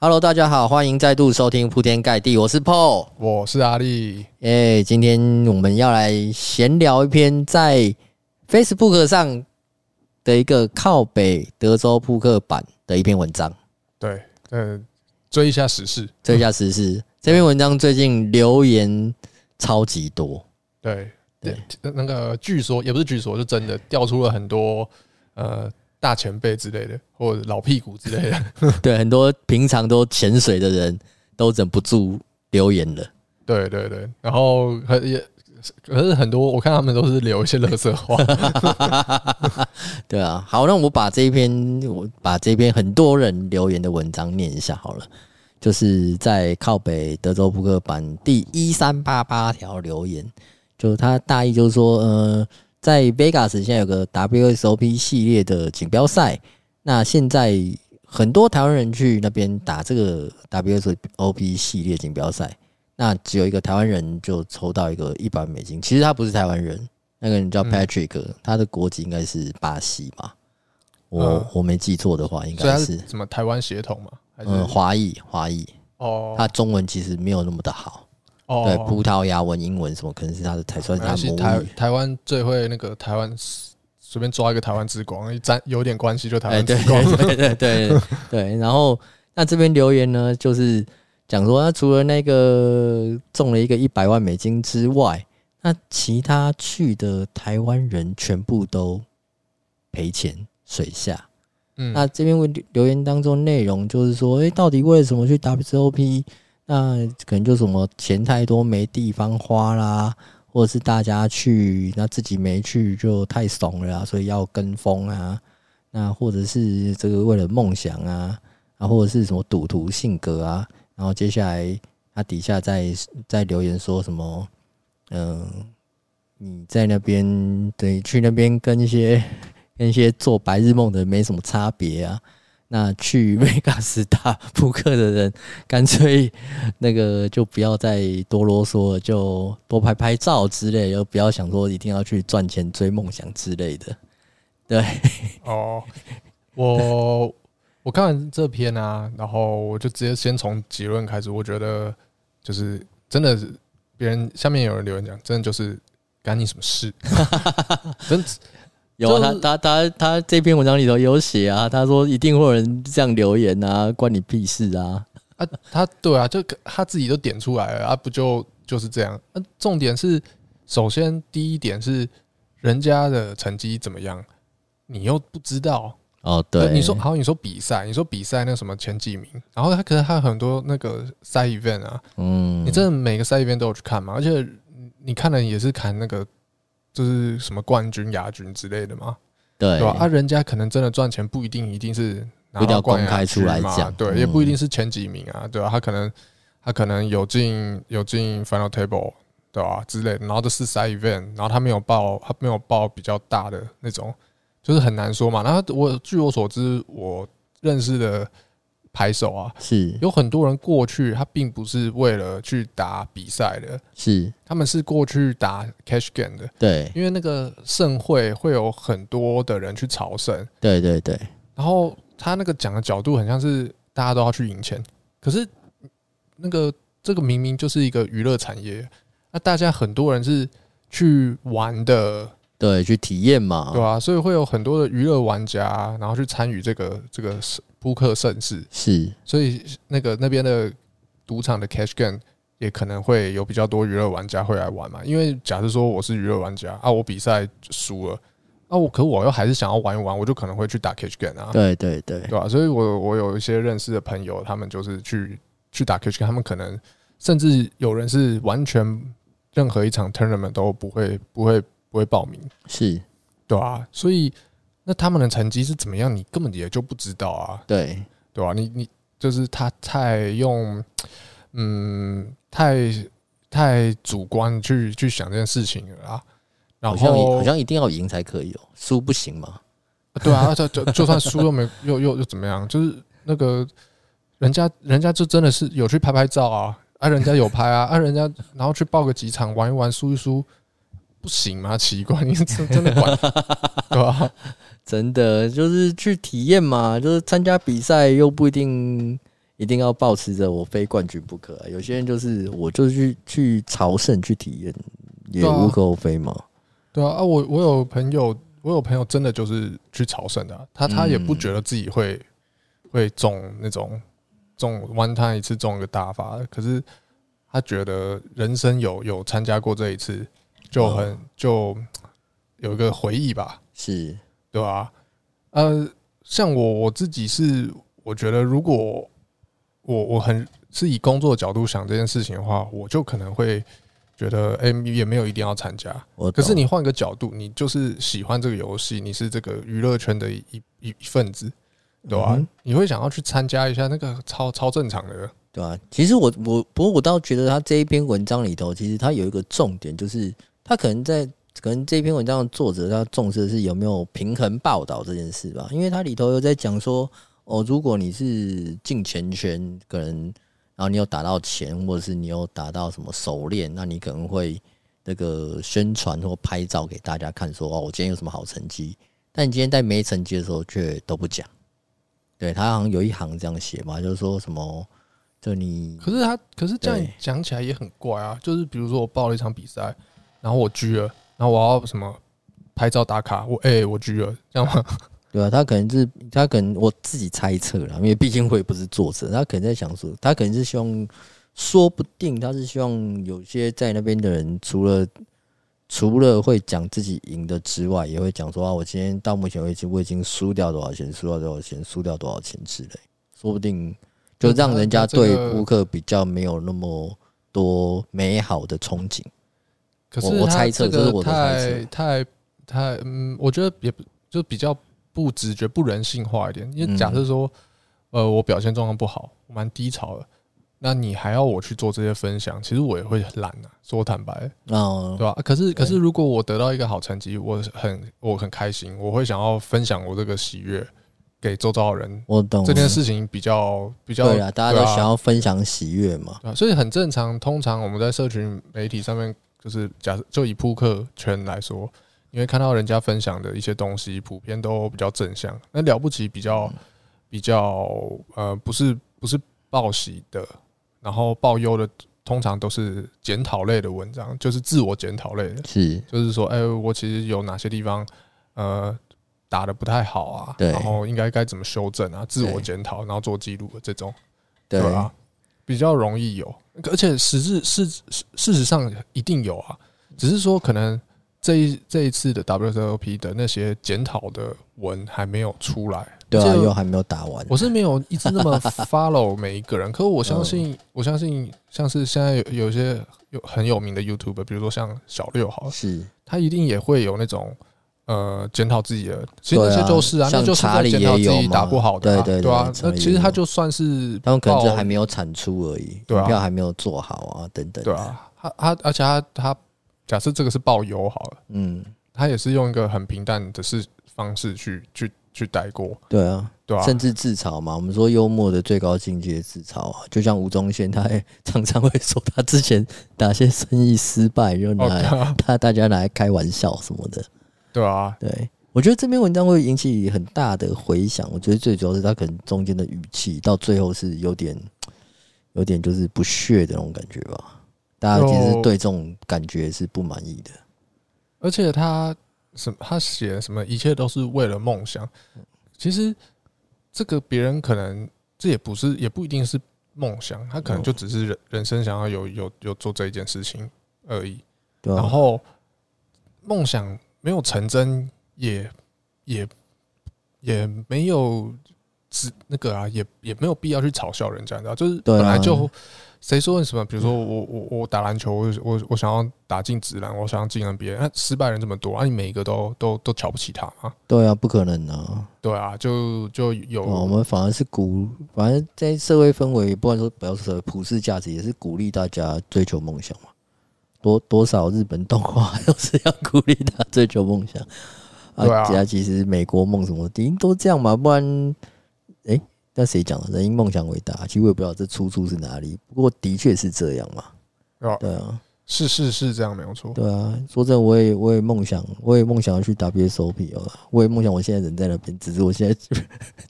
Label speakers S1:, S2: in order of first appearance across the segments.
S1: Hello，大家好，欢迎再度收听铺天盖地，我是 Paul。
S2: 我是阿力，
S1: 耶、今天我们要来闲聊一篇在 Facebook 上的一个靠北德州扑克版的一篇文章。
S2: 对，呃，追一下时事，
S1: 这一下实施，这篇文章最近留言超级多，
S2: 对，
S1: 对
S2: 呃，那个据说也不是据说，是真的调出了很多呃大前辈之类的，或者老屁股之类的，
S1: 对很多平常都潜水的人都忍不住留言了。
S2: 对对对，然后很也可是很多我看他们都是留一些垃圾话，
S1: 对啊，好，那我把这一篇，我把这篇很多人留言的文章念一下好了，就是在靠北德州扑克版第一三八八条留言，就他大意就是说，呃，在 Vegas 现在有个 WSOP 系列的锦标赛，那现在很多台湾人去那边打这个 WSOP 系列锦标赛，那只有一个台湾人就抽到一个一百美金，其实他不是台湾人，那个人叫
S2: 嗯
S1: Patrick，、他的国籍应该是巴西吧？我、
S2: 嗯
S1: 我没记错的话， 应
S2: 所以
S1: 该
S2: 他
S1: 是
S2: 是什么台湾血统嘛，还是
S1: 嗯华裔华裔，
S2: 哦
S1: 他中文其实没有那么的好，
S2: 哦
S1: 对葡萄牙文、英文什么可能是他的才算是
S2: 没
S1: 他
S2: 关系
S1: 母
S2: 台
S1: 语。
S2: 台湾最会那个台湾随便抓一个台湾之光，一沾有点关系就台
S1: 哎，
S2: 湾之
S1: 对
S2: 光，
S1: 对对对对。然后那这边留言呢，就是讲说，他除了那个中了一个一百万美金之外，那其他去的台湾人全部都赔钱水下。
S2: 嗯，
S1: 那这边问留言当中内容就是说，诶、到底为什么去 WCOP？那可能就什么钱太多没地方花啦，或者是大家去，那自己没去就太怂了啊，所以要跟风啊。那或者是这个为了梦想啊，啊或者是什么赌徒性格啊，然后接下来他底下再再留言说什么，嗯、你在那边对去那边跟一些跟一些做白日梦的人没什么差别啊。那去
S2: 嗯
S1: Vegas 打扑克的人， 干脆那个就不要再多啰嗦了，就多拍拍照之类，就不要想说一定要去赚钱追梦想之类的。对，
S2: 哦，我我看完这篇啊，然后我就直接先从结论开始。我觉得就是真的是，别人下面有人留言讲，真的就是干你什么事？真
S1: 有啊
S2: 就是
S1: 他他他他这篇文章里头有写啊，他说一定会有人这样留言啊，关你屁事啊。
S2: 啊，他对啊，就他自己都点出来了啊，不就就是这样？啊，重点是，首先第一点是人家的成绩怎么样，你又不知道。
S1: 哦，
S2: 对，
S1: 对，
S2: 你说好，你说比赛，你说比赛那什么前几名，然后他可是他很多那个赛 event 啊，
S1: 嗯，
S2: 你真的每个赛 event 都有去看吗？而且你看的也是看那个，就是什么冠军、亚军之类的嘛，
S1: 对
S2: 对吧？啊，人家可能真的赚钱不一定一定是拿
S1: 不一定要
S2: 到冠
S1: 公开
S2: 亚军
S1: 出来
S2: 嘛
S1: 讲
S2: 对，
S1: 嗯
S2: 也不一定是前几名啊，对吧、他可能他可能有进有进 final table，对吧、之类的，然后这是赛 event，然后他没有报，他没有报比较大的那种，就是很难说嘛。然后我据我所知，我认识的牌手啊，
S1: 是
S2: 有很多人过去，他并不是为了去打比赛的，
S1: 是，
S2: 他们是过去打 cash game 的，
S1: 对
S2: 因为那个盛会会有很多的人去朝圣，
S1: 对对对，
S2: 然后他那个讲的角度很像是大家都要去赢钱，可是那个这个明明就是一个娱乐产业，那大家很多人是去玩的，
S1: 对，去体验嘛，
S2: 对吧、所以会有啊很多的娱乐玩家，然后去参与这个这个扑克盛世，
S1: 是，
S2: 所以那个那边的赌场的 cash game 也可能会有比较多娱乐玩家会来玩嘛。因为假设说我是娱乐玩家啊，我比赛输了啊，我可我又还是想要玩一玩，我就可能会去打 cash game 啊，
S1: 对对对，
S2: 对吧、所以我我有一些认识的朋友，他们就是去去打 cash game，他们可能甚至有人是完全任何一场 tournament 都不会不会不会报名，
S1: 是，
S2: 对啊，所以那他们的成绩是怎么样，你根本也就不知道啊。
S1: 对，
S2: 对吧、你你就是他太用，嗯，太太主观去去想这件事情了啦。然
S1: 好像
S2: 后
S1: 好像一定要赢才可以哦，输不行嘛。
S2: 对啊，就就就算输又没又又又怎么样？就是那个人家人家就真的是有去拍拍照啊，啊，人家有拍啊，啊，人家然后去报个几场玩一玩，输一输。不行吗？奇怪，你真真的管 对吧、
S1: 真的就是去体验嘛，就是参加比赛又不一定一定要保持着我非冠军不可啊、有些人就是我就是去去朝圣去体验，也
S2: 对啊
S1: 无可厚非嘛。
S2: 对啊，啊，我我有朋友，我有朋友真的就是去朝圣的啊、他他也不
S1: 嗯
S2: 觉得自己会、会中那种中 one time 一次中一个大发，可是他觉得人生有有参加过这一次，就很、就有一个回忆吧，
S1: 是，
S2: 对吧、呃，像我我自己是，我觉得如果我我很是以工作角度想这件事情的话，我就可能会觉得，哎、也没有一定要参加。
S1: 我
S2: 可是
S1: 懂
S2: 你换个角度，你就是喜欢这个游戏，你是这个娱乐圈的一一一一份子，对吧、
S1: 嗯哼
S2: 你会想要去参加一下那个超超正常 的，
S1: 对啊，其实我我不过我倒觉得他这一篇文章里头，其实他有一个重点，就是他可能在可能这篇文章的作者他重视的是有没有平衡报道这件事吧，因为他里头有在讲说，哦，如果你是进前圈，可能然后你有打到钱，或者是你有打到什么手链，那你可能会那个宣传或拍照给大家看说哦，我今天有什么好成绩，但你今天在没成绩的时候却都不讲。对他好像有一行这样写嘛，就是说什么，就你
S2: 可是他可是这样
S1: 对
S2: 讲起来也很怪啊，就是比如说我报了一场比赛，然后我狙了，然后我要什么拍照打卡，我哎、我狙了，这样吗？
S1: 对啊，他可能是他可能我自己猜测啦，因为毕竟我也不是作者，他可能在想说，他可能是希望，说不定他是希望有些在那边的人，除了除了会讲自己赢的之外，也会讲说啊，我今天到目前为止我已经输掉多少钱，输掉多少钱，输掉多少钱之类，说不定就让人家
S2: 对
S1: 对
S2: 嗯他他这个
S1: 扑克比较没有那么多美好的憧憬。
S2: 可
S1: 我
S2: 是
S1: 我
S2: 他
S1: 猜测
S2: 这
S1: 这是
S2: 个
S1: 我的猜
S2: 太太太嗯，我觉得也不就比较不直觉、不人性化一点。因为
S1: 嗯
S2: 假设说，呃，我表现状况不好，我蛮低潮的，那你还要我去做这些分享，其实我也会很懒啊。说坦白，
S1: 那
S2: 对吧、啊可是可
S1: 对
S2: 是如果我得到一个好成绩，我很我很开心，我会想要分享我这个喜悦给周遭的人。
S1: 我懂
S2: 这件
S1: 了
S2: 事情比较比较
S1: 对啊，大家
S2: 对
S1: 都
S2: 啊
S1: 想要分享喜悦嘛。
S2: 对啊，所以很正常。通常我们在社群媒体上面，就是假设就以扑克圈来说，你会看到人家分享的一些东西，普遍都比较正向。那了不起比
S1: 嗯
S2: 较比较呃，不是不是报喜的，然后报忧的，通常都是检讨类的文章，就是自我检讨类的，
S1: 是，
S2: 就是说，哎、我其实有哪些地方呃打的不太好啊，
S1: 对
S2: 然后应该该怎么修正啊，自我
S1: 对
S2: 检讨，然后做记录的这种。
S1: 对
S2: 吧、啊比较容易有，而且实质事事事实上一定有啊，只是说可能这一这一次的 WSOP 的那些检讨的文还没有出来。
S1: 对啊，
S2: 这个
S1: 又还没有打完。
S2: 我是没有一直那么 follow 每一个人，可我相信，
S1: 嗯
S2: 我相信像是现在有有一些有很有名的 YouTube，比如说像小六好了，
S1: 是，
S2: 他一定也会有那种。呃，检查自己的，其实
S1: 对啊
S2: 那些就是啊，
S1: 像
S2: 那就是
S1: 查
S2: 在
S1: 理
S2: 检讨自
S1: 也有
S2: 己
S1: 嘛
S2: 打不好的、啊，
S1: 对对对
S2: 啊。
S1: 查
S2: 那
S1: 理
S2: 其实
S1: 也
S2: 他
S1: 有
S2: 就算是
S1: 他们可能就
S2: 报
S1: 还没有产出而已，
S2: 对啊
S1: 股票还没有做好啊，等等。
S2: 对，啊，他他而且他他假设这个是报油好了，
S1: 嗯，
S2: 他也是用一个很平淡的事方式去去去带过，
S1: 对啊，
S2: 对吧、
S1: 甚至自嘲嘛，我们说幽默的最高境界是自嘲啊，就像吴宗宪，他也常常会说他之前哪些生意失败，就拿
S2: 哦，对
S1: 来
S2: 啊，
S1: 他大家拿来开玩笑什么的。
S2: 对啊，
S1: 对，我觉得这篇文章会引起很大的回响。我觉得最主要是他可能中间的语气到最后是有点，有点就是不屑的那种感觉吧。大家其实
S2: 就
S1: 对这种感觉是不满意的。
S2: 而且他什他写什么，一切都是为了梦想。其实这个别人可能这也不是，也不一定是梦想，他可能就只是人人生想要有有有做这一件事情而已。
S1: 对
S2: 然
S1: 啊，
S2: 后梦想没有成真，也也也没有只那个啊，也也没有必要去嘲笑人家，你知道，就是
S1: 对啊
S2: 本来就谁说什么，比如说我我我打篮球，我我我想要打进直篮，我想要进 NBA，那啊失败人这么多，那、你每一个都都都瞧不起他嘛？
S1: 对啊，不可能啊！
S2: 对啊，就就有、
S1: 对啊我们反而是鼓，反正在社会氛围，不管说不要说社会普世价值，也是鼓励大家追求梦想嘛。多多少日本动画 都是要鼓励他追求梦想
S2: 对啊
S1: 其他其实美国梦什么的，一定都这样嘛，不然，诶，那谁讲的？人因梦想伟大，其实我也不知道这出处是哪里，不过的确是这样嘛。
S2: 对吧
S1: 对啊，
S2: 是是是这样没有错，
S1: 对啊，说真的，我也我也梦想，我也梦想要去 WSOP 哦，我也梦想我现在人在那边，只是我现在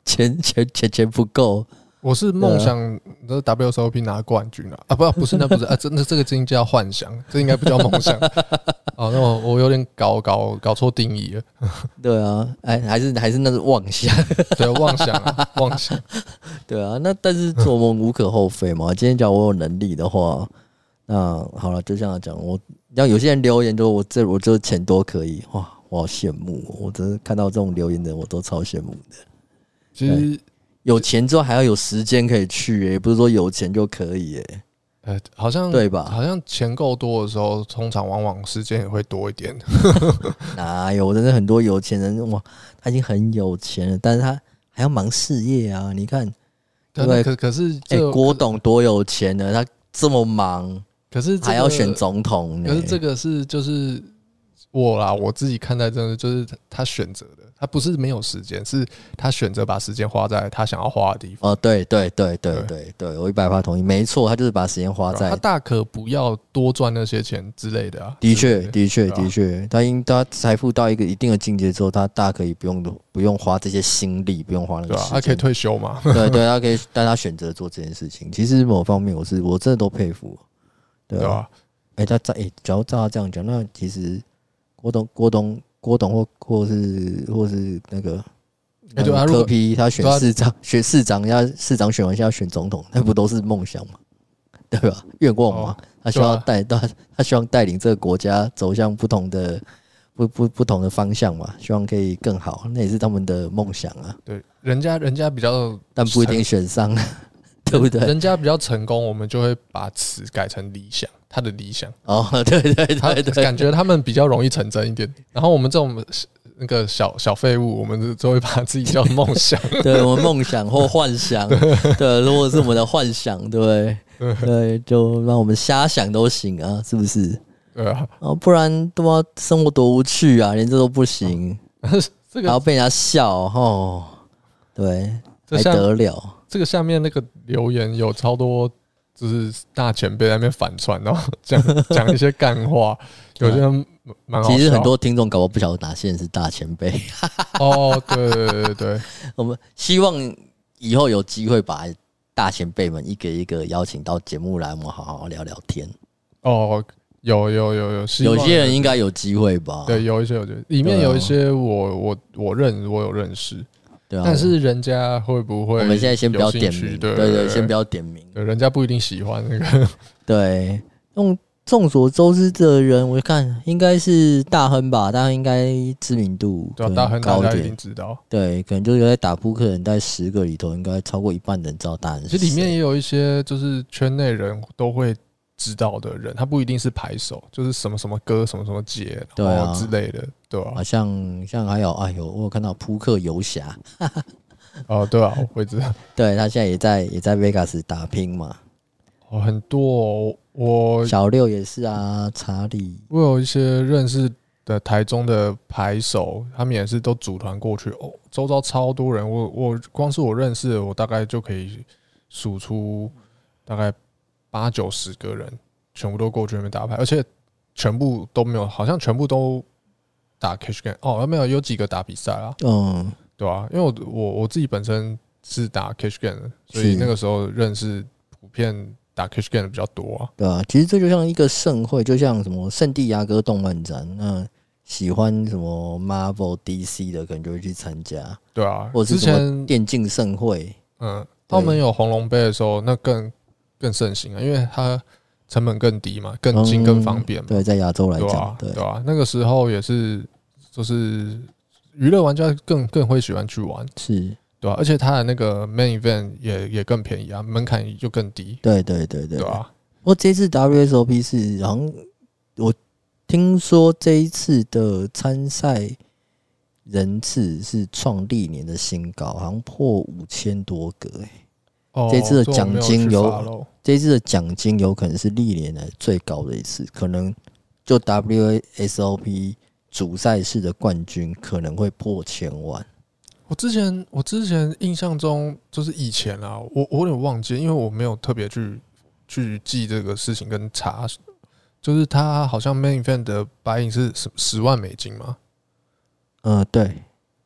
S1: 钱钱钱钱不够，
S2: 我我是梦想的 WSOP 拿冠军啊！啊，不，不是，那不是啊，真的这个应叫幻想，这应该不叫 梦想。哦，那我我有点搞搞搞错定义了。
S1: 对啊，哎，还是还是那是妄想，
S2: 对，妄想 啊，妄想。
S1: 对啊，那但是做梦无可厚非嘛。今天讲我有能力的话，那好了，就这样讲。我像有些人留言就我这我就钱多可以哇，我好羡慕哦、我真的看到这种留言的我都超羡慕的。
S2: 其实，
S1: 有钱之后还要有时间可以去、欸，也不是说有钱就可以、欸，
S2: 呃，好像
S1: 对吧
S2: 好像钱够多的时候，通常往往时间也会多 一点。
S1: 哪有？哎真的很多有钱人哇，他已经很有钱了，但是他还要忙事业啊。你看，
S2: 对，
S1: 对
S2: 那可可是
S1: 哎、
S2: 这个
S1: 郭董多有钱呢，他这么忙
S2: 可是这
S1: 还要
S2: 个
S1: 选总统呢、
S2: 可是这个是就是我啦，我自己看待真的就是他选择的，他不是没有时间，是他选择把时间花在他想要花的地方。
S1: 哦，对对对对
S2: 对
S1: 对对，我一百趴同意，没错，他就是把时间花
S2: 啊他
S1: 啊在。
S2: 大可不要多赚那些钱之类的啊。
S1: 的
S2: 对
S1: 确，
S2: 不对，
S1: 的确，
S2: 对吧
S1: 的确，他应他财富到一个一定的境界之后，他大可以不用不用花这些心力，不用花那
S2: 对
S1: 个
S2: 吧、
S1: 时
S2: 他可以
S1: 间。
S2: 退休嘛？
S1: 对对，他可以，但他选择做这件事情。其实某方面，我是我真的都佩服。对
S2: 对
S1: 啊，
S2: 吧？
S1: 哎、他照哎，只要照他这样讲，那其实郭董、郭董、郭董或或是或是那个，
S2: 哎对啊
S1: 那个
S2: 如果
S1: 柯批他选
S2: 对啊
S1: 市长，选市长要市长选完现在要选总统，那不都是梦想吗？ 对吧？愿望嘛，他希
S2: 对啊
S1: 望带到、他希望带领这个国家走向不同的不不不同的方向嘛，希望可以更好，那也是他们的梦想啊，
S2: 对，人家人家比较，
S1: 但不一
S2: 啊
S1: 定选上，啊 对不对？
S2: 人家比较成功，我们就会把词改成理想，他的理想，
S1: 哦，对对
S2: 他
S1: 对对，
S2: 感觉他们比较容易成真一点。然后我们这种那个小小废物，我们就就会把自己叫梦想。
S1: 对我们梦想或幻想，对，如果是我们的幻想，对不对？对，就让我们瞎想都行啊，是不是？
S2: 对啊，
S1: 啊，不然对吧？生活多无趣啊，连这都不
S2: 哦
S1: 行，
S2: 这
S1: 还
S2: 个
S1: 要被人家笑哦，对，
S2: 这
S1: 还
S2: 下
S1: 得了？
S2: 这个下面那个留言有超多，就是大前辈在那边反串，然后 讲讲一些干话，有些人蛮好笑。
S1: 其实很多听众搞不好不晓得哪些人是大前辈，
S2: 哦，对对对对对，
S1: 我们希望以后有机会把大前辈们一个一个邀请到节目来，我们好好聊聊天。
S2: 哦，有有有有，希望
S1: 有些人应该有机会吧？
S2: 对有一些有些，里面
S1: 对啊
S2: 有一些我我我认我有认识，
S1: 对啊，
S2: 但是人家会不会？
S1: 我们现在先不要点名，
S2: 对
S1: 对
S2: 对，
S1: 先不
S2: 要。
S1: 要点名。
S2: 对，人家不一定喜欢那个。
S1: 对，用众所周知的人，我看应该是大亨吧，大亨应该知名度
S2: 对啊，
S1: 可
S2: 大
S1: 能
S2: 亨大
S1: 高
S2: 家
S1: 一
S2: 一定
S1: 点。
S2: 知道。
S1: 对，可能就是在打扑克的人，在十个里头，应该超过一半的人知道大亨是
S2: 其
S1: 谁。
S2: 实里面也有一些就是圈内人都会知道的人，他不一定是牌手，就是什么什么哥、什么什么姐，
S1: 对啊
S2: 然后之类的，对吧、
S1: 啊，像像还有，
S2: 啊
S1: 哎呦，我有看到扑克游侠，
S2: 哦，对啊，我会知道。
S1: 对他现在也在也在 Vegas 打拼嘛。
S2: 哦，很多、哦、我
S1: 小六也是啊，查理，
S2: 我有一些认识的台中的牌手，他们也是都组团过去，哦，周遭超多人，我我光是我认识的，我大概就可以数出大概八九十个人，全部都过去那边打牌，而且全部都没有，好像全部都打 cash game，哦，没有，有几个打比赛啦，
S1: 嗯，
S2: 对吧、因为我我我自己本身是打 cash game 的，所以
S1: 是
S2: 那个时候认识普遍打 cash game 的比较多啊。
S1: 对啊，其实这就像一个盛会，就像什么圣地亚哥动漫展，那喜欢什么 Marvel、DC 的，可能就会去参加，
S2: 对啊，
S1: 或者
S2: 之
S1: 是什
S2: 前
S1: 么电竞盛会。
S2: 嗯，
S1: 对
S2: 澳门有红龙杯的时候，那更更盛行啊，因为它成本更低嘛，更近、
S1: 嗯
S2: 更方便嘛，
S1: 对，在亚洲来
S2: 对吧、
S1: 讲
S2: 啊？，
S1: 对
S2: 对吧、啊？那个时候也是，就是娱乐玩家更更会喜欢去玩，
S1: 是，
S2: 对吧、而且它的那个 main event 也也更便宜啊，门槛就更低，
S1: 对对对对
S2: 对啊吧、
S1: 对。我这次 WSOP 是，好像我听说这一次的参赛人次是创历年的新高，好像破五千多个、欸。
S2: 哦，
S1: 这次的
S2: 这我
S1: 奖
S2: 没
S1: 金
S2: 去
S1: 有
S2: follow
S1: 这一次的奖金有可能是历年来最高的一次，可能就 WSOP 主赛事的冠军可能会破千万。
S2: 我之前我之前印象中就是以前啊，我我有点忘记，因为我没有特别去去记这个事情跟查，就是他好像 main event 的白银是十十万美金嘛，
S1: 嗯、对，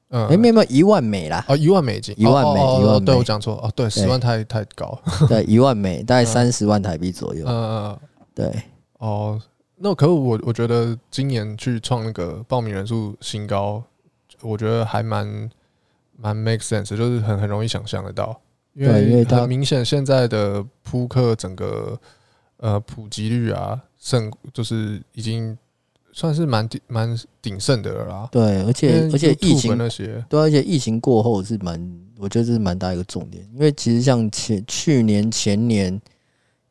S2: 嗯，
S1: 哎，没有没有一万美 啦，
S2: 哦，一万美金，
S1: 一万美
S2: 哦哦哦
S1: 一万美
S2: 对我讲错，哦，对，
S1: 对
S2: 十万太太高，
S1: 对，一万美大概
S2: 嗯
S1: 三十万台币左右，
S2: 呃，
S1: 对，
S2: 哦，那可是我我觉得今年去创那个报名人数新高，我觉得还蛮蛮 make sense，就是很很容易想象得到，因
S1: 对因为
S2: 为
S1: 大家
S2: 很明显现在的扑克整个呃普及率啊，盛就是已经算是蛮鼎蛮鼎盛的了啦。
S1: 对，而且
S2: 因为
S1: 而且疫
S2: YouTube
S1: 情
S2: 那些，
S1: 对啊、而且疫情过后是蛮，我觉得这是蛮大一个重点，因为其实像前去年前年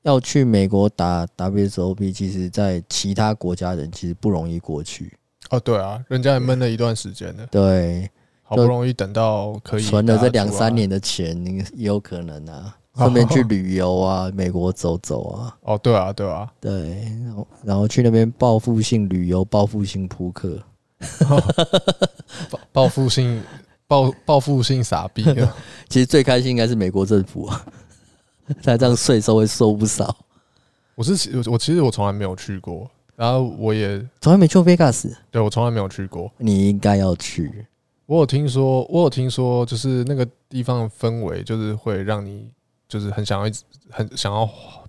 S1: 要去美国打 WSOP，其实在其他国家人其实不容易过去，
S2: 哦，对啊，人家也闷了一段时间了，
S1: 对，
S2: 好不容易等到可以
S1: 存了
S2: 打
S1: 这
S2: 出
S1: 两
S2: 来
S1: 三年的钱，你也有可能啊，顺便去旅游啊， 美国走走啊，
S2: 哦，对啊，对啊，
S1: 对，然后然后去那边报复性旅游，报复性扑克，
S2: 报报复性报报复性傻逼啊！
S1: 其实最开心应该是美国政府啊， 他这样税收会收不少，
S2: 我是其我其实我从来没有去过，然后我也
S1: 从来没去过 Vegas，
S2: 对我从来没有去过。
S1: 你应该要去。
S2: 我有听说，我有听说，就是那个地方的氛围，就是会让你就是很想要一直很想要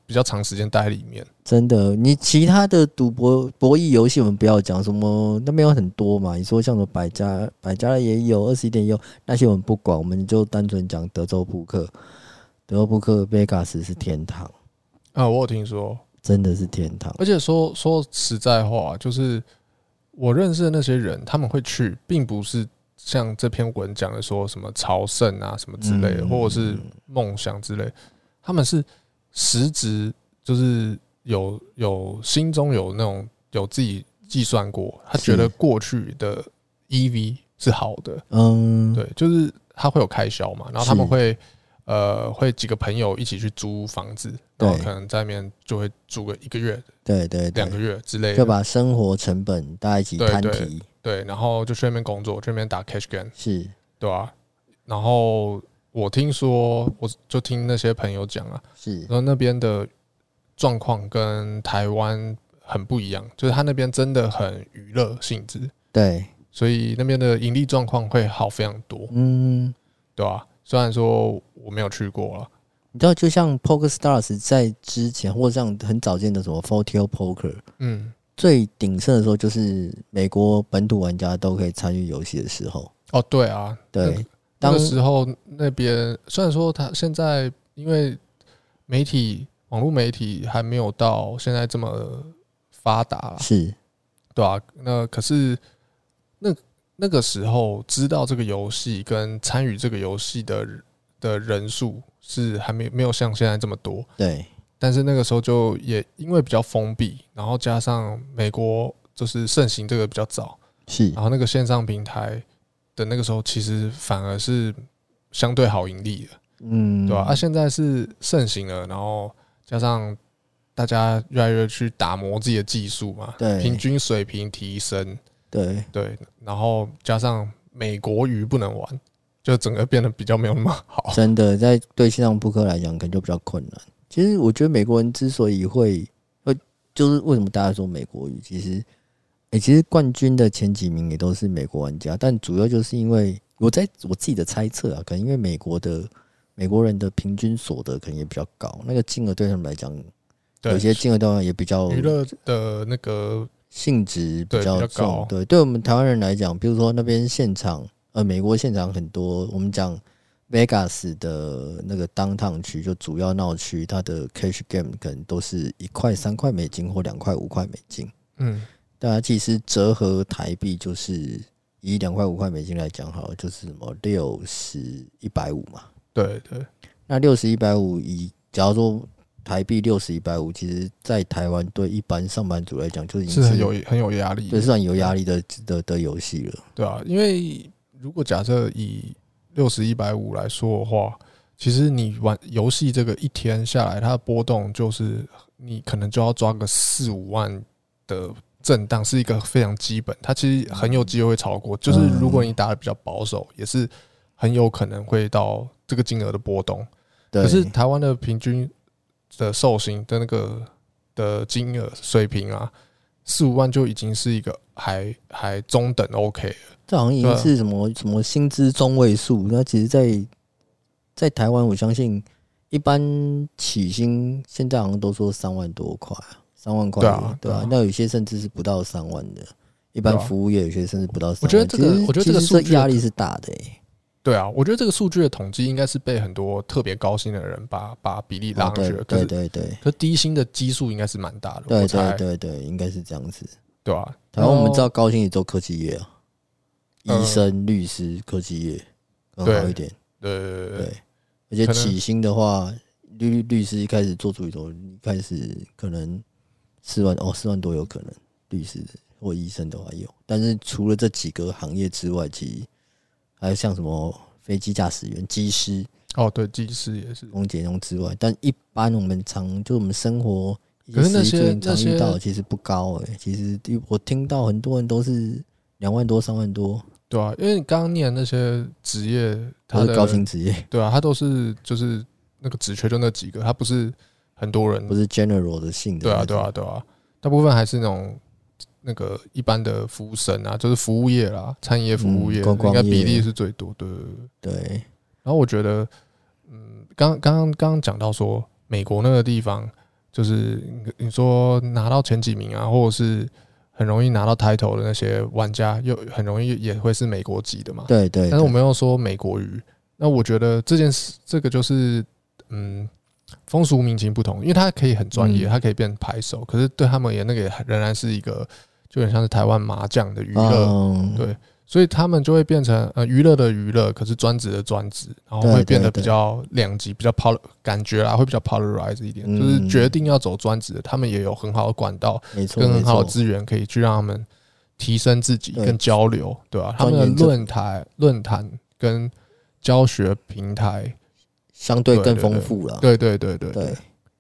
S2: 比较长时间待在里面。
S1: 真的，你其他的赌博博弈游戏我们不要讲，什么那边有很多嘛。你说像什么百家百家乐也有，二十一点也有，那些我们不管，我们就单纯讲德州扑克。德州扑克 Vegas 是天堂，
S2: 啊，我有听说，
S1: 真的是天堂。
S2: 而且说说实在话，就是我认识的那些人，他们会去，并不是像这篇文讲的说什么朝圣啊什么之类的，
S1: 嗯
S2: 或者是梦想之类，他们是实质就是有有心中有那种有自己计算过，他
S1: 是
S2: 觉得过去的 EV 是好的，
S1: 嗯，
S2: 对，就是他会有开销嘛，然后他们
S1: 是
S2: 会。呃，会几个朋友一起去租房子，然后
S1: 对
S2: 可能在那边就会住个一个月、
S1: 对对
S2: 两个
S1: 对，
S2: 月之类的，
S1: 就把生活成本大家一起
S2: 对
S1: 摊
S2: 对
S1: 提，
S2: 对，然后就去那边工作，去那边打 cash game，
S1: 是
S2: 对吧、然后我听说，我就听那些朋友讲啊，
S1: 是
S2: 说那边的状况跟台湾很不一样，就是他那边真的很娱乐性质，
S1: 对，
S2: 所以那边的盈利状况会好非常多，
S1: 嗯，
S2: 对吧、虽然说我没有去过啊了，
S1: 你知道，就像 Poker Stars 在之前，或者像很早见的什么 Fortio Poker，
S2: 嗯，
S1: 最鼎盛的时候，就是美国本土玩家都可以参与游戏的时候。
S2: 哦，对啊，那
S1: 对
S2: 个，
S1: 当
S2: 那个时候那边虽然说他现在因为媒体网络媒体还没有到现在这么发达啦，
S1: 是
S2: 对啊，那可是那那个时候知道这个游戏跟参与这个游戏的的人数是还没没有像现在这么多，
S1: 对，
S2: 但是那个时候就也因为比较封闭，然后加上美国就是盛行这个比较早，
S1: 是
S2: 然后那个线上平台的那个时候其实反而是相对好盈利的，
S1: 嗯，
S2: 对吧、啊？现在是盛行了，然后加上大家越来越去打磨自己的技术嘛，
S1: 对
S2: 平均水平提升，
S1: 对
S2: 对，然后加上美国鱼不能玩，就整个变得比较没有那么好。
S1: 真的在对线上扑克来讲，可能就比较困难。其实我觉得美国人之所以会会，就是为什么大家说美国语，其实，诶、其实冠军的前几名也都是美国玩家，但主要就是因为我在我自己的猜测啊，可能因为美国的美国人的平均所得可能也比较高，那个金额对他们来讲，
S2: 对，
S1: 有些金额当然也比较
S2: 娱乐的那个
S1: 性质比
S2: 对
S1: 较
S2: 比较
S1: 重
S2: 高。
S1: 对，对我们台湾人来讲，比如说那边现场，呃，美国现场很多，我们讲 Vegas 的那个 downtown 区，就主要闹区，它的 cash game 可能都是一块三块美金或两块五块美金，
S2: 嗯，
S1: 大家其实折合台币就是以两块五块美金来讲好了，就是什么六十一百五嘛。
S2: 对对，
S1: 那六十一百五以，假如说台币六十一百五，其实在台湾对一般上班族来讲，就已经
S2: 是很有很有压力的
S1: 对，，是很有压力的的的游戏了。
S2: 对啊，因为如果假设以六十一百五来说的话，其实你玩游戏这个一天下来，它的波动就是你可能就要抓个四五万的震荡，是一个非常基本，它其实很有机会会超过。就是如果你打的比较保守，也是很有可能会到这个金额的波动。
S1: 对，
S2: 可是台湾的平均的寿星的那个的金额水平啊，四五万就已经是一个还还中等 OK 了。
S1: 这好像已
S2: 对
S1: 经
S2: 啊
S1: 是什么什么薪资中位数。那其实在，在台湾，我相信一般起薪现在好像都说三万多块啊，三万块
S2: 对啊
S1: 对
S2: 对啊
S1: 那有些甚至是不到三万的。一般
S2: 对啊
S1: 服务业有些甚至不到三万。
S2: 我觉得这个
S1: 其实
S2: 我觉得这个
S1: 其实
S2: 数据
S1: 压力是大的、欸，
S2: 对啊，我觉得这个数据的统计应该是被很多特别高薪的人把把比例拉
S1: 啊
S2: 上
S1: 对
S2: 去了，可
S1: 对
S2: 是
S1: 对对
S2: 可是低薪的基数应该是蛮大的，
S1: 对
S2: 我猜
S1: 对对对，应该是这样子。
S2: 对啊吧？
S1: 台湾我们知
S2: 然
S1: 道
S2: 后
S1: 高薪也做科技业啊，医
S2: 哦嗯
S1: 生、律师、科技业更好
S2: 对
S1: 一点。
S2: 对对对
S1: 对
S2: 对，
S1: 而且
S2: 可能
S1: 起薪的话，律律师一开始做助理的时候，一开始可能四万哦，四万多有可能，律师或医生的话有。但是除了这几个行业之外，其实还有像什么飞机驾驶员、机师、
S2: 哦对，技师也是，
S1: 空姐那种之外，但一般我们常就我们生活一
S2: 可是那
S1: 实际
S2: 些
S1: 最常
S2: 那些
S1: 遇到的其实不高诶、其实我听到很多人都是两万多、三万多，
S2: 对啊，因为你刚刚念那些职业，他
S1: 都是
S2: 的
S1: 高薪职业，
S2: 对啊，他都是就是那个职缺就那几个，他不是很多人
S1: 不，是 general 的性的。
S2: 对啊对啊。对啊，大部分还是那种那个一般的服务生啊，就是服务业啦，餐饮业、服务业，
S1: 嗯观光
S2: 应该比
S1: 业
S2: 例是最多，对对对。对啊
S1: 对，
S2: 然后我觉得，嗯，刚刚刚刚讲到说，美国那个地方，就是你你说拿到前几名啊，或者是很容易拿到 title 的那些玩家，又很容易也会是美国籍的嘛。
S1: 对对，
S2: 但是
S1: 对
S2: 我们又说美国语，那我觉得这件事，这个就是，嗯，风俗民情不同，因为他可以很专业，
S1: 嗯
S2: 他可以变拍手，可是对他们也那个也仍然是一个，就很像是台湾麻将的娱乐。
S1: 嗯
S2: 对所以他们就会变成呃娱乐的娱乐，可是专职的专职，然后
S1: 对
S2: 会变
S1: 对
S2: 得
S1: 对
S2: 比较两极，比较 polar 感觉啦，会比较 polarize 一点，
S1: 嗯
S2: 就是决定要走专职的，他们也有很好的管道
S1: 没错，
S2: 跟很好
S1: 没
S2: 的
S1: 错
S2: 资源可以去让他们提升自己
S1: 对
S2: 跟交流，对吧、他们的
S1: 钻研这
S2: 论坛论坛跟教学平台，
S1: 相对
S2: 对
S1: 更
S2: 对
S1: 丰富了。
S2: 对对对对
S1: 嗯对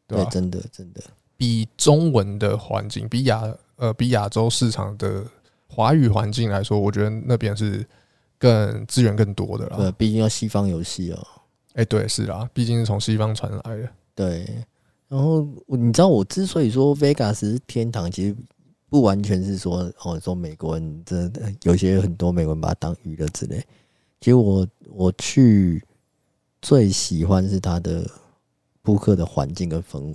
S2: 对吧、
S1: 真的真的，
S2: 比中文的环境，比亚呃比亚洲市场的华语环境来说，我觉得那边是更资源更多的啦。
S1: 对，毕竟要西方游戏哦。
S2: 哎、对，是啦，毕竟是从西方传来的。
S1: 对，然后我你知道我之所以说 Vegas 是天堂，其实不完全是说哦，说美国人真的有些很多美国人把它当娱乐之类。其实我我去最喜欢是它的扑克的环境跟氛围，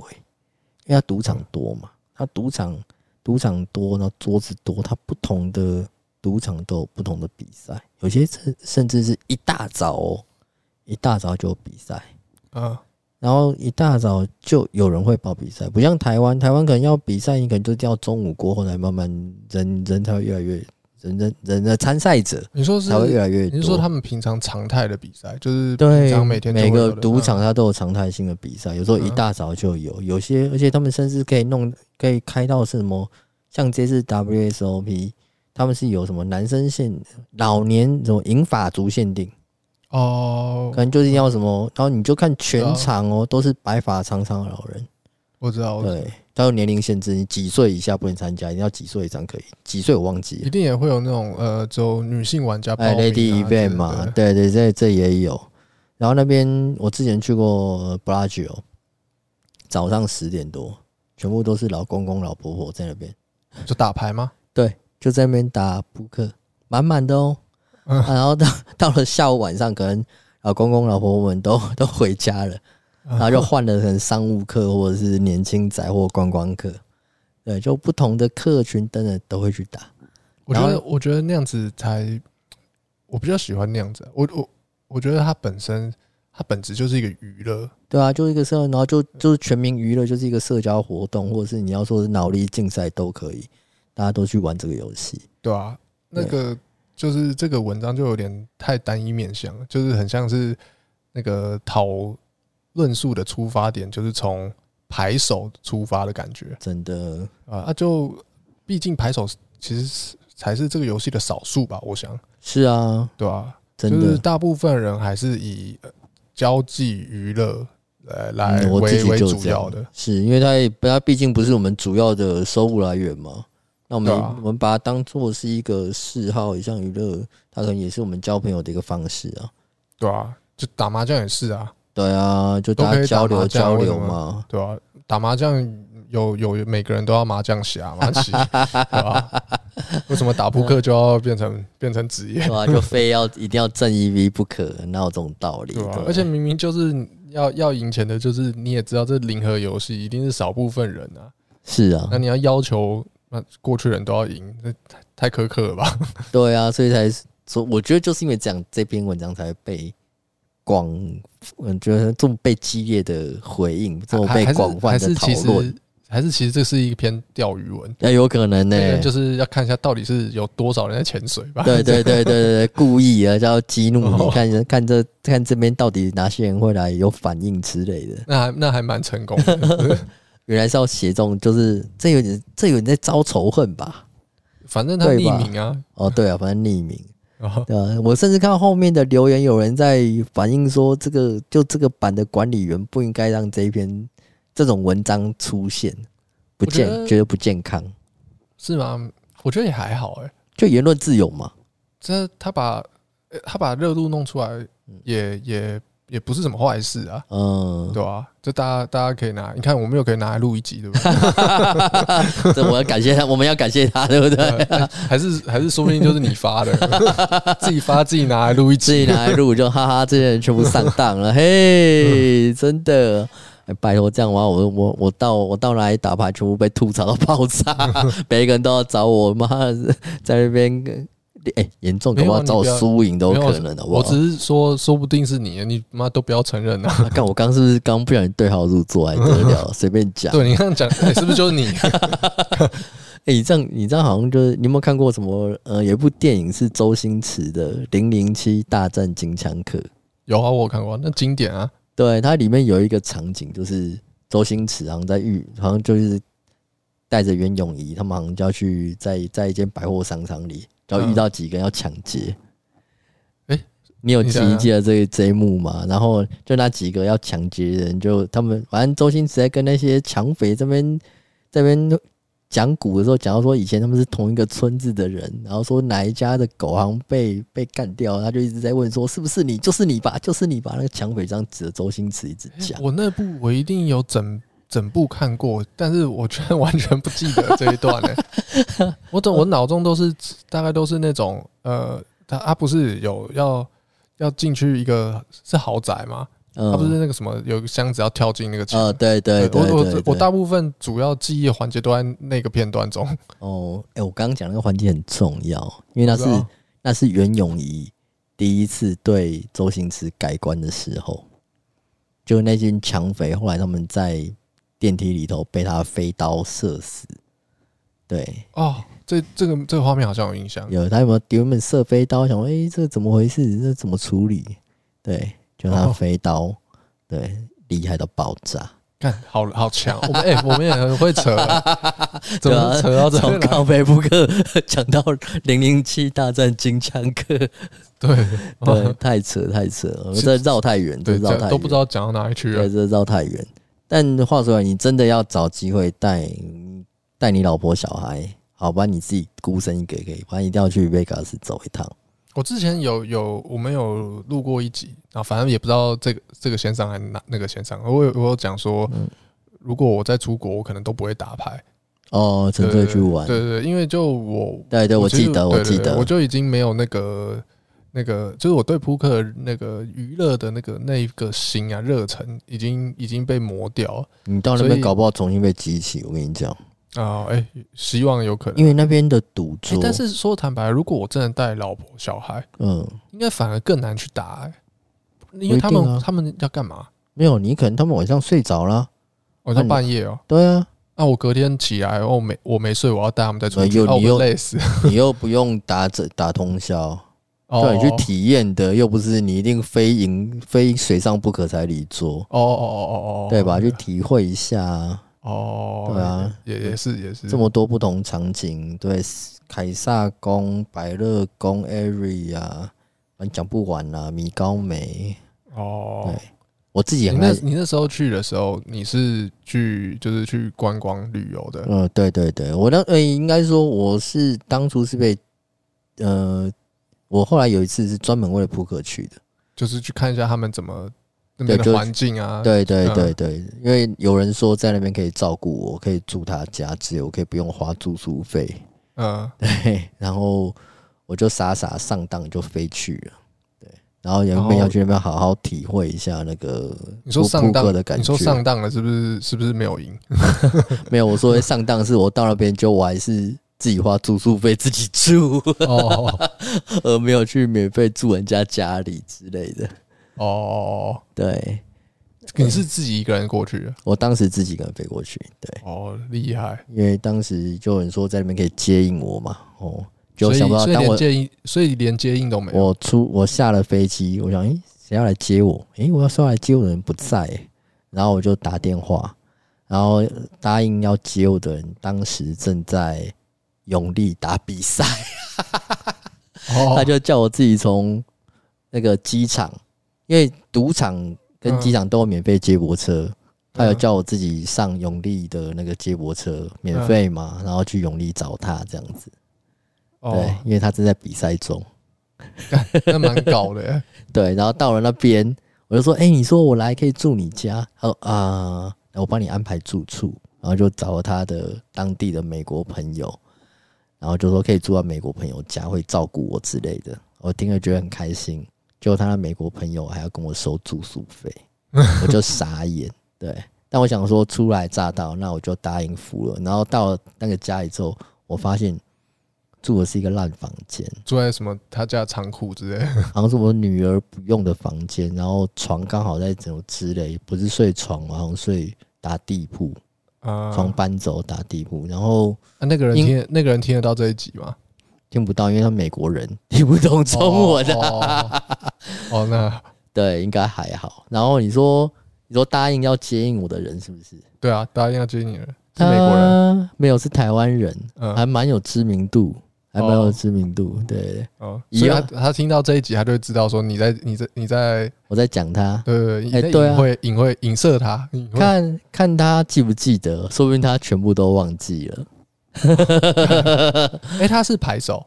S1: 因为它赌场多嘛，它赌场赌场多，然后桌子多，它不同的赌场都有不同的比赛，有些甚甚至是一大早、哦、一大早就有比赛。
S2: 啊，
S1: 然后一大早就有人会报比赛，不像台湾，台湾可能要比赛，你可能就是要中午过后才慢慢人人才会越来越人人人的参赛者
S2: 你说是
S1: 才？会越来越多。
S2: 你是说他们平常常态的比赛，就是平
S1: 对
S2: 常每天就
S1: 每
S2: 会有啊
S1: 个
S2: 的
S1: 赌场它都有常态性的比赛，有时候一
S2: 嗯
S1: 大早就有，有些而且他们甚至可以弄可以开到是什么，像这次 WSOP 他们是有什么男生限、老年什么银发族限定。
S2: 嗯哦
S1: 可，能就是要什么，然后你就看
S2: 对
S1: 全
S2: 啊
S1: 场哦，都是白发苍苍的老人，
S2: 我知道，我知道
S1: 对，它有年龄限制，你几岁以下不能参加，你要几岁以上可以。几岁我忘记
S2: 一
S1: 了。
S2: 定也会有那种呃，就女性玩家报
S1: 哎
S2: 名啊
S1: ，Lady
S2: 之类
S1: Event
S2: 的
S1: 嘛，对对，这这也有。然后那边我之前去过 Bellagio，早上十点多，全部都是老公公老婆婆在那边，
S2: 就打牌吗？
S1: 就在那边打扑克，满满的哦。
S2: 嗯
S1: 啊然后到到了下午晚上，可能老公公老婆婆们都 都回家了。然后就换了很商务客或者是年轻仔或观光客，对，就不同的客群等等都会去打。
S2: 我觉
S1: 然
S2: 得，我觉得那样子才，我比较喜欢那样子。啊我我我觉得它本身，它本质就是一个娱乐，
S1: 对啊，就一个社，然后就就是全民娱乐，就是一个社交活动，或者是你要说是脑力竞赛都可以，大家都去玩这个游戏。
S2: 对吧、啊？那个就是这个文章就有点太单一面向了，就是很像是那个讨论述的出发点，就是从牌手出发的感觉
S1: 真的，
S2: 啊。啊，就毕竟牌手其实是才是这个游戏的少数吧，我想，
S1: 是啊，
S2: 对吧、
S1: 真
S2: 就是
S1: 的，
S2: 大部分人还是以呃交际娱乐呃来
S1: 嗯、我自
S2: 为
S1: 己
S2: 为
S1: 就
S2: 主
S1: 这
S2: 要
S1: 样
S2: 的，，
S1: 是因为它也它毕竟不是我们主要的收入来源嘛。那我们、
S2: 对啊
S1: 我们把它当做是一个嗜好，一项娱乐，它可能也是我们交朋友的一个方式啊。
S2: 对啊，就打麻将也是啊，
S1: 对啊，就
S2: 都
S1: 大
S2: 可
S1: 家
S2: 以
S1: 交
S2: 打麻
S1: 流
S2: 将
S1: 交
S2: 为
S1: 流
S2: 什么
S1: 嘛。
S2: 对啊，打麻将有有每个人都要麻将 侠嘛，棋对吧？为什么打扑克就要变 成变成职业
S1: 对？吧、就非要一定要正 EV 不可，哪有这种道理？啊
S2: 对吧、
S1: 不
S2: 而且明明就是要要赢钱的，就是你也知道，这零和游戏一定是少部分人啊。
S1: 是啊
S2: 那，你要要求那过去人都要赢，那太太苛刻了吧？
S1: 对啊，所以才说，我觉得就是因为这样，这篇文章才会被广，嗯，觉得这么被激烈的回应，这么
S2: 还
S1: 被
S2: 还是
S1: 广泛
S2: 还
S1: 的
S2: 是
S1: 讨
S2: 其
S1: 论，
S2: 实还是其实这是一篇钓鱼文，
S1: 那有可能呢、
S2: 这个就是要看一下到底是有多少人在潜水 吧。
S1: 对对对对对，故意啊，叫激怒你，
S2: 哦
S1: 看看这看这边到底哪些人会来有反应之类的。
S2: 那还那还蛮成功的，
S1: 原来是要写这种，就是这有点这有点在招仇恨吧？
S2: 反正他
S1: 对吧
S2: 匿名啊，哦
S1: 哦，对啊，反正匿 名。
S2: 然后
S1: 对啊，我甚至看到后面的留言，有人在反映说，这个就这个版的管理员不应该让这一篇这种文章出现，不
S2: 我觉
S1: 健
S2: 得
S1: 觉得不健康，
S2: 是吗？我觉得也还好哎、
S1: 就言论自由嘛。
S2: 这他把呃他把热度弄出来也，也也不是什么坏事啊，
S1: 嗯，
S2: 对啊，这大家大家可以拿，你看我们又可以拿来录一集，对不对？
S1: 这我要感谢他， 我们要感谢他，对不对？
S2: 呃还是还是说不定就是你发的， 自己发自己拿来录一
S1: 自己
S2: 集，
S1: 拿来录就哈哈，这些人全部上当 了，嘿，真的。哎拜托，这样的话，我我我到我到哪里打牌，全部被吐槽到爆炸， 每一个人都要找我，妈的在那边，哎、严重搞不好
S2: 没有啊
S1: 找我
S2: 你不要
S1: 输赢都
S2: 没
S1: 有
S2: 有啊
S1: 可能的，好不好
S2: 我只是说，说不定是你，你妈都不要承认啊！
S1: 啊，干我刚是不是刚不小心对号入座还得了？随便讲。
S2: 对你刚刚讲，哎是不是就是你？
S1: 哎、你这样你这样好像就是你有没有看过什么？呃，有一部电影是周星驰的《零零七大战金枪客》，
S2: 有啊，我有看过，那经典啊，
S1: 对，它里面有一个场景就是周星驰好像在浴，好像就是带着袁咏仪，他们好像就要去在在一间百货商场里，然后遇到几个人要抢劫。
S2: 诶
S1: 你有
S2: 你
S1: 记
S2: 想想
S1: 记得这这一幕吗？然后就那几个要抢劫的人，就他们反正周星驰在跟那些抢匪这边这边讲古的时候，讲到说以前他们是同一个村子的人，然后说哪一家的狗好像被被干掉，他就一直在问说是不是你，就是你吧， 就是你吧。那个抢匪这样指着周星驰一直讲，
S2: 我那部我一定有整整部看过，但是我居然完全不记得这一段呢、 我懂，我脑中都是大概都是那种呃，他他不是有要要进去一个是豪宅吗？
S1: 嗯，
S2: 他不是那个什么有个箱子要跳进那个墙。
S1: 呃，对对对
S2: 哎我
S1: 对
S2: 我
S1: 对，
S2: 我大部分主要记忆环节都在那个片段中，
S1: 哦，哎、我刚刚讲那个环节很重要，因为那
S2: 我
S1: 啊是
S2: 知道
S1: 那是袁咏仪第一次对周星驰改观的时候，就那群抢匪后来他们在电梯里头被他飞刀射死，对。
S2: 哦，这这个这个画面好像有 印象。
S1: 有他有没有原本射飞刀？想说，哎、这怎么回事？这怎么处理？对，就他
S2: 哦
S1: 飞刀，对，厉害到爆炸。
S2: 看，好好强，我们哎、我们也很会扯、 啊，怎
S1: 对啊
S2: 么扯到这
S1: 从
S2: 边来？
S1: 靠北扑克讲到零零七大战金枪客，
S2: 对
S1: 对，太扯太扯了，
S2: 哦是
S1: 这绕太远，这
S2: 对，
S1: 绕太
S2: 这
S1: 远，
S2: 都不知道讲到哪里去
S1: 对，
S2: 了。
S1: 这绕太远。但话说回来，你真的要找机会带带你老婆小孩，好，不然你自己孤身一个也可以，反正一定要去 Vegas 走一趟。
S2: 我之前有有我们有录过一集，啊，反正也不知道这个这个线上还是哪那个线上，我有我有讲说，
S1: 嗯
S2: 如果我在出国，我可能都不会打牌，
S1: 哦，纯粹去玩。
S2: 对对对，因为就我
S1: 对对，我
S2: 其实
S1: 记得，我
S2: 对对
S1: 记
S2: 对
S1: 得，
S2: 我就已经没有那个那个，就是我对扑克那个娱乐的那个那一个心啊热忱，已经已经被磨掉了
S1: 你到那
S2: 所
S1: 边
S2: 以
S1: 搞不好重新被激起，我跟你讲，
S2: 啊！哎、希望有可能。
S1: 因为那边的赌
S2: 哎
S1: 桌，
S2: 但是说坦白，如果我真的带老婆小孩，
S1: 嗯，
S2: 应该反而更难去打、哎，因
S1: 不一
S2: 为他
S1: 定
S2: 们、
S1: 啊
S2: 他们要干嘛？
S1: 没有你可能他们晚上睡着了，
S2: 我、哦、
S1: 那
S2: 到
S1: 你
S2: 半夜哦、
S1: 对啊，
S2: 那、我隔天起来，哦，没我没睡，我要带他们再出
S1: 哎
S2: 去，
S1: 又
S2: 啊我
S1: 你又
S2: 们累死。
S1: 你又不用打整打通宵，
S2: 哦
S1: 对，你去体验的又不是你一定非赢非水上不可才离桌，
S2: 哦哦哦哦哦，
S1: 对吧？去体会一下啊
S2: 哦，
S1: 对啊，
S2: 也也是也是
S1: 这么多不同场景，对，凯撒宫、百乐宫、area，反正讲不完啦、米高梅，
S2: 哦
S1: 对。我自己
S2: 你
S1: 很
S2: 那
S1: 爱，
S2: 你那时候去的时候，你是去就是去观光旅游的，
S1: 嗯，对对对，我那呃，应该说我是当初是被，呃，我后来有一次是专门为了扑克去的，
S2: 就是去看一下他们怎么那
S1: 对
S2: 边的
S1: 就
S2: 环境啊，
S1: 对对
S2: 嗯
S1: 对对，因为有人说在那边可以照顾我，可以住他家，只有可以不用花住宿费。
S2: 嗯，
S1: 对，然后我就傻傻上当就飞去了。对，然后原本
S2: 然后
S1: 要去那边好好体会一下那个
S2: 你说
S1: 扑
S2: 上
S1: 扑克
S2: 当
S1: 的感
S2: 你说
S1: 觉
S2: 上当了是不是？是不是没有赢？
S1: 没有，我说的上当是我到那边就我还是自己花住宿费自己住，
S2: 哦
S1: 而没有去免费住人家家里之类的。
S2: 哦，
S1: 对
S2: 你是自己一个人过去的，
S1: 我当时自己一个人飞过去，对，
S2: 哦，厉害。
S1: 因为当时就有人说在那边可以接应我嘛，哦，就
S2: 所以
S1: 想不到
S2: 所以
S1: 当
S2: 连
S1: 我
S2: 接应，所以连接应都没有。
S1: 我出我下了飞机，我想，诶、谁要来接我？诶、我要说来接我的人不在、诶然后我就打电话，然后答应要接我的人当时正在永利打比赛，他
S2: 哦
S1: 就叫我自己从那个机场，因为赌场跟机场都有免费接驳车，
S2: 嗯
S1: 他有叫我自己上永利的那个接驳车，免费嘛，然后去永利找他这样子，对
S2: 嗯哦，，
S1: 因为他正在比赛中。
S2: 那蛮搞的耶。
S1: 对，然后到了那边，我就说：“哎、你说我来可以住你家？”他说：“啊、那我帮你安排住处。”然后就找了他的当地的美国朋友，然后就说可以住到美国朋友家，会照顾我之类的。我听了觉得很开心。结果他的美国朋友还要跟我收住宿费，我就傻眼。对，但我想说初来乍到，那我就答应付了。然后到了那个家里之后，我发现住的是一个烂房间。
S2: 住在什么他家的仓库之类的。
S1: 好像是我女儿不用的房间，然后床刚好在整之类，不是睡床，我好像睡打地铺，
S2: 啊
S1: 床搬走打地铺，然后
S2: 啊那个人
S1: 因
S2: 听得那个人听得到这一集吗？
S1: 听不到，因为他美国人听不懂中文啊，
S2: 哦哦，哦那
S1: 对，应该还好。然后你说你说答应要接应我的人是不是？
S2: 对啊，大家一定要接你了，是美国人。
S1: 他没有，是台湾人，还
S2: 嗯，
S1: 蛮有知名度，还蛮有
S2: 哦
S1: 知名度。对，
S2: 哦，
S1: 一
S2: 所以他
S1: 样
S2: 他听到这一集，他就会知道说你在你在你在
S1: 我在讲他，
S2: 对对对，你
S1: 哎
S2: 在
S1: 对啊
S2: 隐晦隐晦影射他，隐晦
S1: 看看他记不记得，说不定他全部都忘记了。
S2: 哎，他是牌手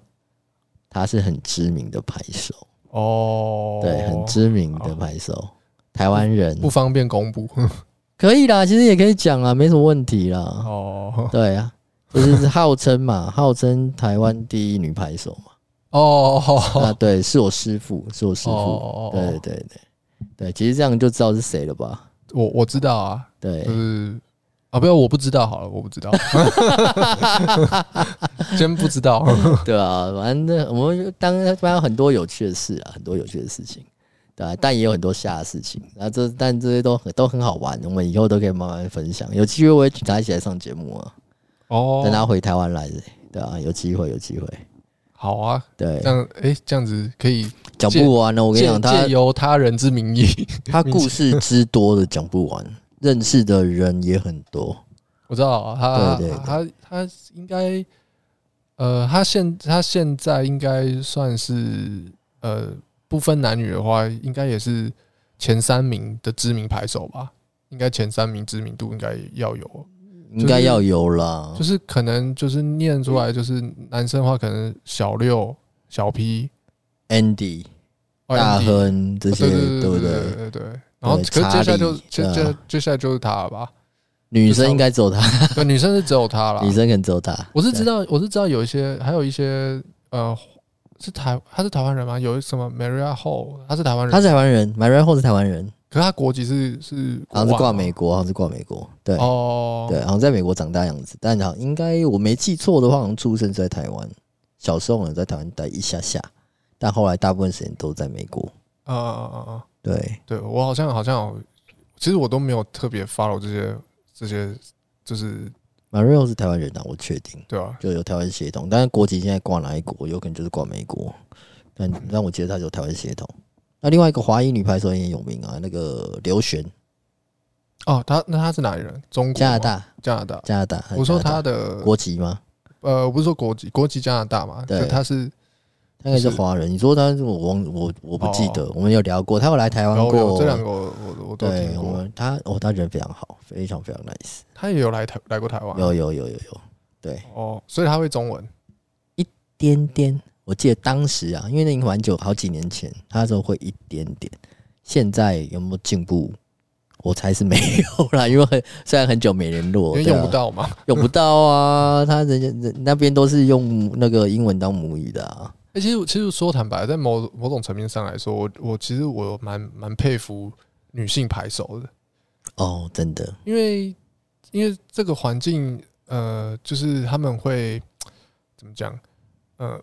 S1: 他是很知名的牌手。
S2: 哦，
S1: 对，很知名的拍手，台湾人
S2: 不方便公布
S1: 可以啦，其实也可以讲啊，没什么问题啦。
S2: 哦
S1: 对啊，就是号称 嘛，号称台湾第一女拍手嘛。
S2: 哦哦
S1: 啊，对，是我师傅，是我师傅。
S2: 哦，
S1: 对对对对，其实这样就知道是谁了吧？
S2: 我我知道啊，
S1: 对
S2: 就，是啊，不要我不知道好了，我不知道， 真不知道。
S1: 对啊，反正我们就当当然很多有趣的事啊，很多有趣的事情，对啊，但也有很多瞎的事情。然后这但这些都很都很好玩，我们以后都可以慢慢分享。有机会我也请他一起来上节目啊。
S2: 哦，
S1: 等他回台湾来，对啊，有机会，有机会。
S2: 好啊，
S1: 对
S2: 这，样哎、这样子可以
S1: 讲不完呢，我跟你
S2: 借
S1: 讲，他
S2: 借由他人之名义，
S1: 他故事之多的讲不完，认识的人也很多。
S2: 我知道啊他
S1: 对对对
S2: 他他应该呃，他现他现在应该算是呃不分男女的话，应该也是前三名的知名牌手吧。应该前三名知名度应该要有，啊
S1: 应该要有啦
S2: 就，是可能就是念出来，就是男生的话，可能小六、小 P、
S1: Andy、大
S2: R&D
S1: 亨这些，对不
S2: 哦对
S1: 对？
S2: 对对。然后可
S1: 对
S2: 是接下来就
S1: 查理
S2: 接
S1: 对
S2: 接
S1: 啊
S2: 接下来就是他了吧？
S1: 女生应该只有他，
S2: 对，女生是只有他了。
S1: 女生可能只有他。
S2: 我是知
S1: 道，
S2: 道，我是知道有一些，还有一些呃，是台他是台湾人吗？有什么 Maria Ho，他是台湾人，
S1: 他是台湾人，Maria Ho 是台湾人，
S2: 可是他国籍是是
S1: 好像是
S2: 国
S1: 挂
S2: 外吗
S1: 美国，好像是挂美国，对
S2: 哦，
S1: 对，好像在美国长大样子。但好，应该我没记错的话，好像出生是在台湾，小时候好像在台湾待一下下，但后来大部分时间都在美国。
S2: 啊啊啊！
S1: 对，
S2: 对我好像好像有，其实我都没有特别 follow 这些这些，就是
S1: 马瑞欧是台湾人啊，我确定
S2: 对啊，
S1: 就有台湾血统，但是国籍现在挂哪一国，有可能就是挂美国。但让我记得他有台湾血统。那另外一个华裔女排手也很有名啊，那个刘璇，
S2: 哦，他那他是哪里人？中国、
S1: 加拿、大，
S2: 加拿大。
S1: 加拿大。
S2: 哦我说
S1: 加
S2: 他
S1: 拿大
S2: 的
S1: 国籍吗？
S2: 呃，我不是说国籍，国籍加拿大嘛，
S1: 对
S2: 就他是
S1: 他应该是
S2: 是哦
S1: 华人。你说他是我忘我我不记得，我们有聊过，他有来台湾
S2: 有有
S1: 过。
S2: 这两个我我我都听
S1: 对，我
S2: 过，
S1: 们他哦，他人非常好，非常非常 nice。
S2: 他也有来台来过台湾，
S1: 有有有有有，
S2: 哦，所以他会中文。
S1: 点点，我记得当时啊，因为那已经蛮久，好几年前，他那时候会一点点。现在有没有进步？我猜是没有啦， 因为很虽然很久没联
S2: 因
S1: 络，
S2: 为
S1: 对啊
S2: 用不到嘛。
S1: 用不到啊，他人家人那边都是用那个英文当母语的啊。
S2: 欸，其实其实说坦白，在某某种层面上来说，我我其实我蛮蛮佩服女性排手的，
S1: 哦，真的，
S2: 因为因为这个环境，呃，就是他们会怎么讲？呃，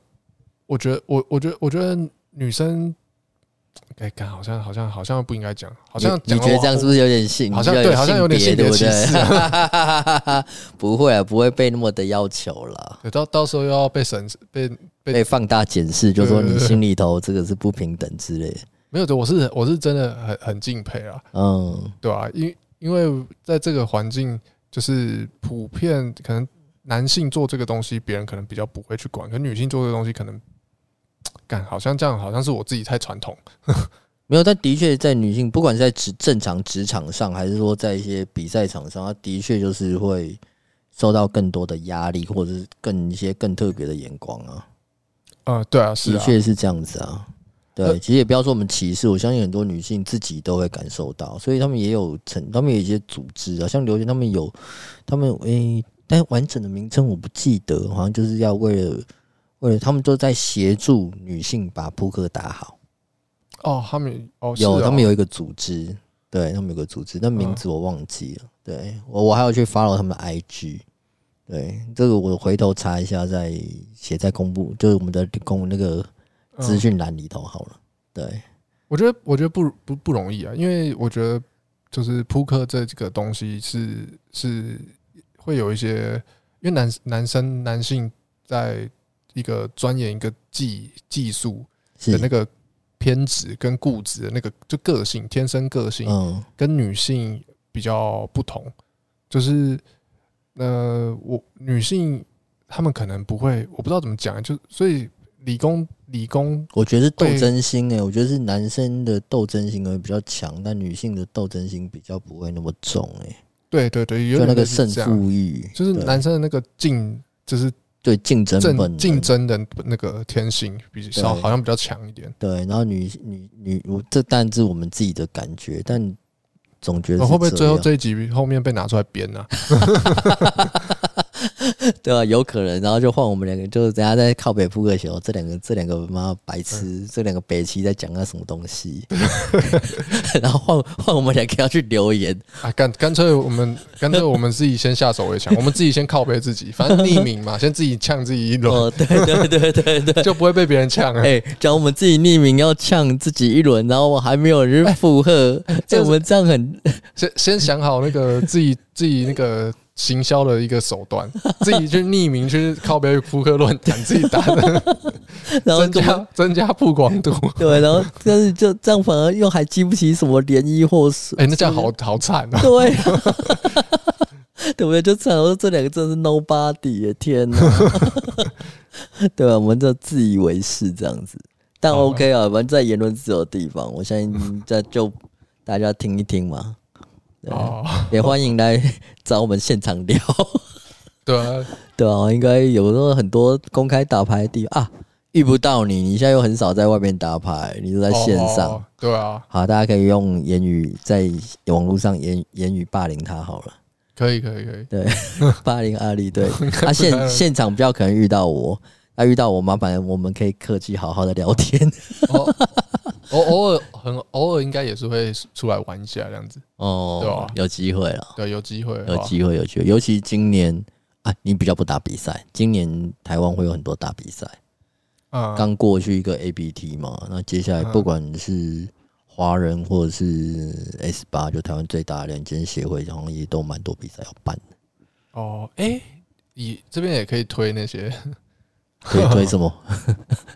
S2: 我觉得我我觉得我觉得女生，哎、干好像好像好像不应该讲，好像
S1: 你
S2: 讲
S1: 你
S2: 了
S1: 觉得
S2: 我
S1: 这样是不是有点性？
S2: 好像
S1: 比较
S2: 对好像有点
S1: 性
S2: 性
S1: 别，对
S2: 别
S1: 不
S2: 歧视
S1: 对？ 不会啊，不会被那么的要求啦，
S2: 对到到时候又要被审被被
S1: 被放大检视，就说
S2: 对对
S1: 你
S2: 对
S1: 心里头这个是不平等之类的。
S2: 没有的，我是我是真的很很敬佩啊，
S1: 嗯，
S2: 对啊，因因为在这个环境，就是普遍可能男性做这个东西，别人可能比较不会去管，可女性做这个东西，可能干好像这样，好像是我自己太传统。
S1: 没有，但的确在女性，不管是在职正常职场上，还是说在一些比赛场上，她的确就是会受到更多的压力，或者是更一些更特别的眼光啊。
S2: 呃，对啊，是
S1: 的
S2: 啊，
S1: 确是这样子啊。对，
S2: 呃
S1: 其实也不要说我们歧视，我相信很多女性自己都会感受到，所以他们也有成，他们有一些组织啊，像刘娟他们有，他们诶、但完整的名称我不记得，好像就是要为了为了他们都在协助女性把扑克打好，
S2: 哦，他们哦，是
S1: 有、
S2: 哦
S1: 他们有一个组织，对他们有个组织，但名字我忘记
S2: 嗯
S1: 了，对我我还要去 follow 他们的 IG。对，这个我回头查一下，再写在公布，就是我们的公那个资、
S2: 嗯
S1: 讯栏里头好了。对，
S2: 我觉得我觉得不不不容易啊，因为我觉得就是扑克这这个东西是是会有一些，因为男男生男性在一个钻研一个技技术，的
S1: 是
S2: 那个偏执跟固执的那个就个性天生个性、
S1: 嗯
S2: 跟女性比较不同，就是呃，我女性她们可能不会，我不知道怎么讲，就所以理工理工，
S1: 我觉得是斗
S2: 会
S1: 争心诶、欸我觉得是男生的斗争心可能比较强，但女性的斗争心比较不会那么重诶、
S2: 对对对，有
S1: 就
S2: 点
S1: 那个
S2: 类似
S1: 胜
S2: 这样，
S1: 负欲，
S2: 就是
S1: 对
S2: 男生的那个竞就是
S1: 对竞争本
S2: 争
S1: 能
S2: 竞争的那个天性比较
S1: 对
S2: 好像比较强一点，
S1: 对，然后女女女，我这当然是我们自己的感觉，但总觉得是
S2: 那哦呃会不会
S1: 这
S2: 最后
S1: 样
S2: 这一集后面被拿出来编啊呢、
S1: 对啊，有可能，然后就换我们两个，就是等下在靠北扑克球，这两个这两个妈白痴，
S2: 嗯
S1: 这两个北齐在讲那什么东西， 然后换换我们两个要去留言，
S2: 啊，干干脆我们干脆我们自己先下手为强，我们自己先靠背自己，反正匿名嘛，先自己呛自己一轮，
S1: 哦，对对对对对。
S2: 就不会被别人 呛了。啊
S1: 哎、讲我们自己匿名要呛自己一轮，然后我还没有人附和， 哎、
S2: 这是
S1: 我们这样很
S2: 先先想好那 个自己自己那个行销的一个手段， 自己去匿名去靠背扑克论坛，自己打的，
S1: 然后
S2: 增
S1: 就
S2: 加增加曝光度。
S1: 对，然后但是就这样反而又还激不起什么涟漪或是
S2: 哎、那这样好好惨 啊！
S1: 对、啊，对不对？就只能说这两个真的是 nobody，耶天 哪！对啊，我们就自以为是这样子，但
S2: 好啊
S1: OK 啊，反正在言论自由的地方，我相信这就大家听一听嘛，对
S2: 哦，
S1: 也欢迎来 找我们现场聊。
S2: 对啊，
S1: 对啊，应该有时候很多公开打牌的地方啊，遇不到你，你现在又很少在外面打牌，你都在线上。
S2: 哦对啊，
S1: 好，大家可以用言语在网络上言言语霸凌他好了。
S2: 可以可以可以，
S1: 八零二零对，啊现现场比较可能遇到我，啊遇到我麻烦我们可以客气好好的聊天
S2: 偶哦 偶偶尔很偶尔应该也是会出来玩一下这样子，对
S1: 哦
S2: 啊，
S1: 有机会了，
S2: 对，啊有机会的话，
S1: 有机会有机会，尤其今年啊，你比较不打比赛，今年台湾会有很多大比赛，
S2: 啊
S1: 刚过去一个 ABT 嘛，那接下来
S2: 嗯
S1: 不管是华人或者是 S 八，就台湾最大的两间协会，好像也都蛮多比赛要办的，
S2: 哦，哎、以这边也可以推那些，
S1: 可以推什么？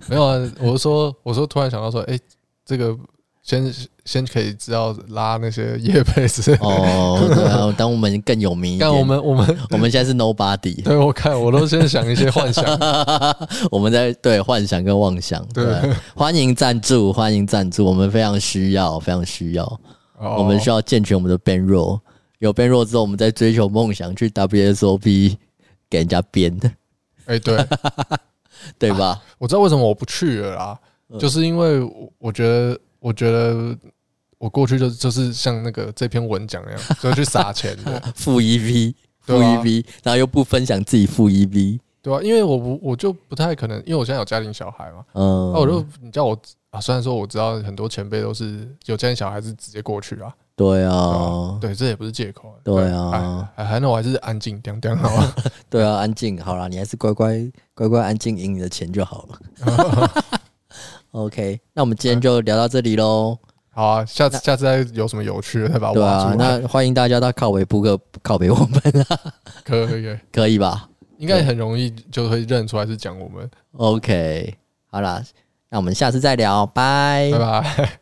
S2: 没有啊？我是说，我说突然想到说，哎、这个先先可以知道拉那些叶配之类的。
S1: 哦，对啊，当我们更有 名一点，
S2: 但我们 我们
S1: 我们现在是 nobody。
S2: 对我看我都先想一些幻 想，
S1: 我们在对幻想跟妄想，对
S2: 对，
S1: 欢迎赞助，欢迎赞助，我们非常需要，非常需要，
S2: 哦
S1: 我们需要健全我们的变弱，有变弱之后，我们再追求梦想，去 WSOP 给人家编，
S2: 哎、对，
S1: 对 吧？
S2: 我知道为什么我不去了啦，
S1: 嗯
S2: 就是因为我我觉得我觉得我过去就就是像那个这篇文讲那样，就去撒钱的，
S1: 负一 v 负
S2: 对
S1: 一
S2: 啊，
S1: v，然后又不分享自己负一 v，
S2: 对啊，因为我不我就不太可能，因为我现在有家庭小孩嘛，
S1: 嗯，
S2: 那哦我就你叫我啊，虽然说我知道很多前辈都是有家庭小孩是直接过去啊，
S1: 对啊
S2: 哦，，对，这也不是借口，
S1: 对啊
S2: 哎，还那我还是安静点点好 了，
S1: 对啊，安静，好啦，你还是乖乖乖乖安静赢你的钱就好了。OK，那我们今天就聊到这里喽，
S2: 好啊，下次下次再有什么有趣的再把我
S1: 对
S2: 挖
S1: 啊，
S2: 出来，
S1: 那欢迎大家到靠北扑克靠北我们 啊，
S2: 可以可以可以，
S1: 可以吧
S2: 应该很容易就会认出来是讲我们，
S1: ？OK，好啦，那我们下次再聊，拜
S2: 拜拜。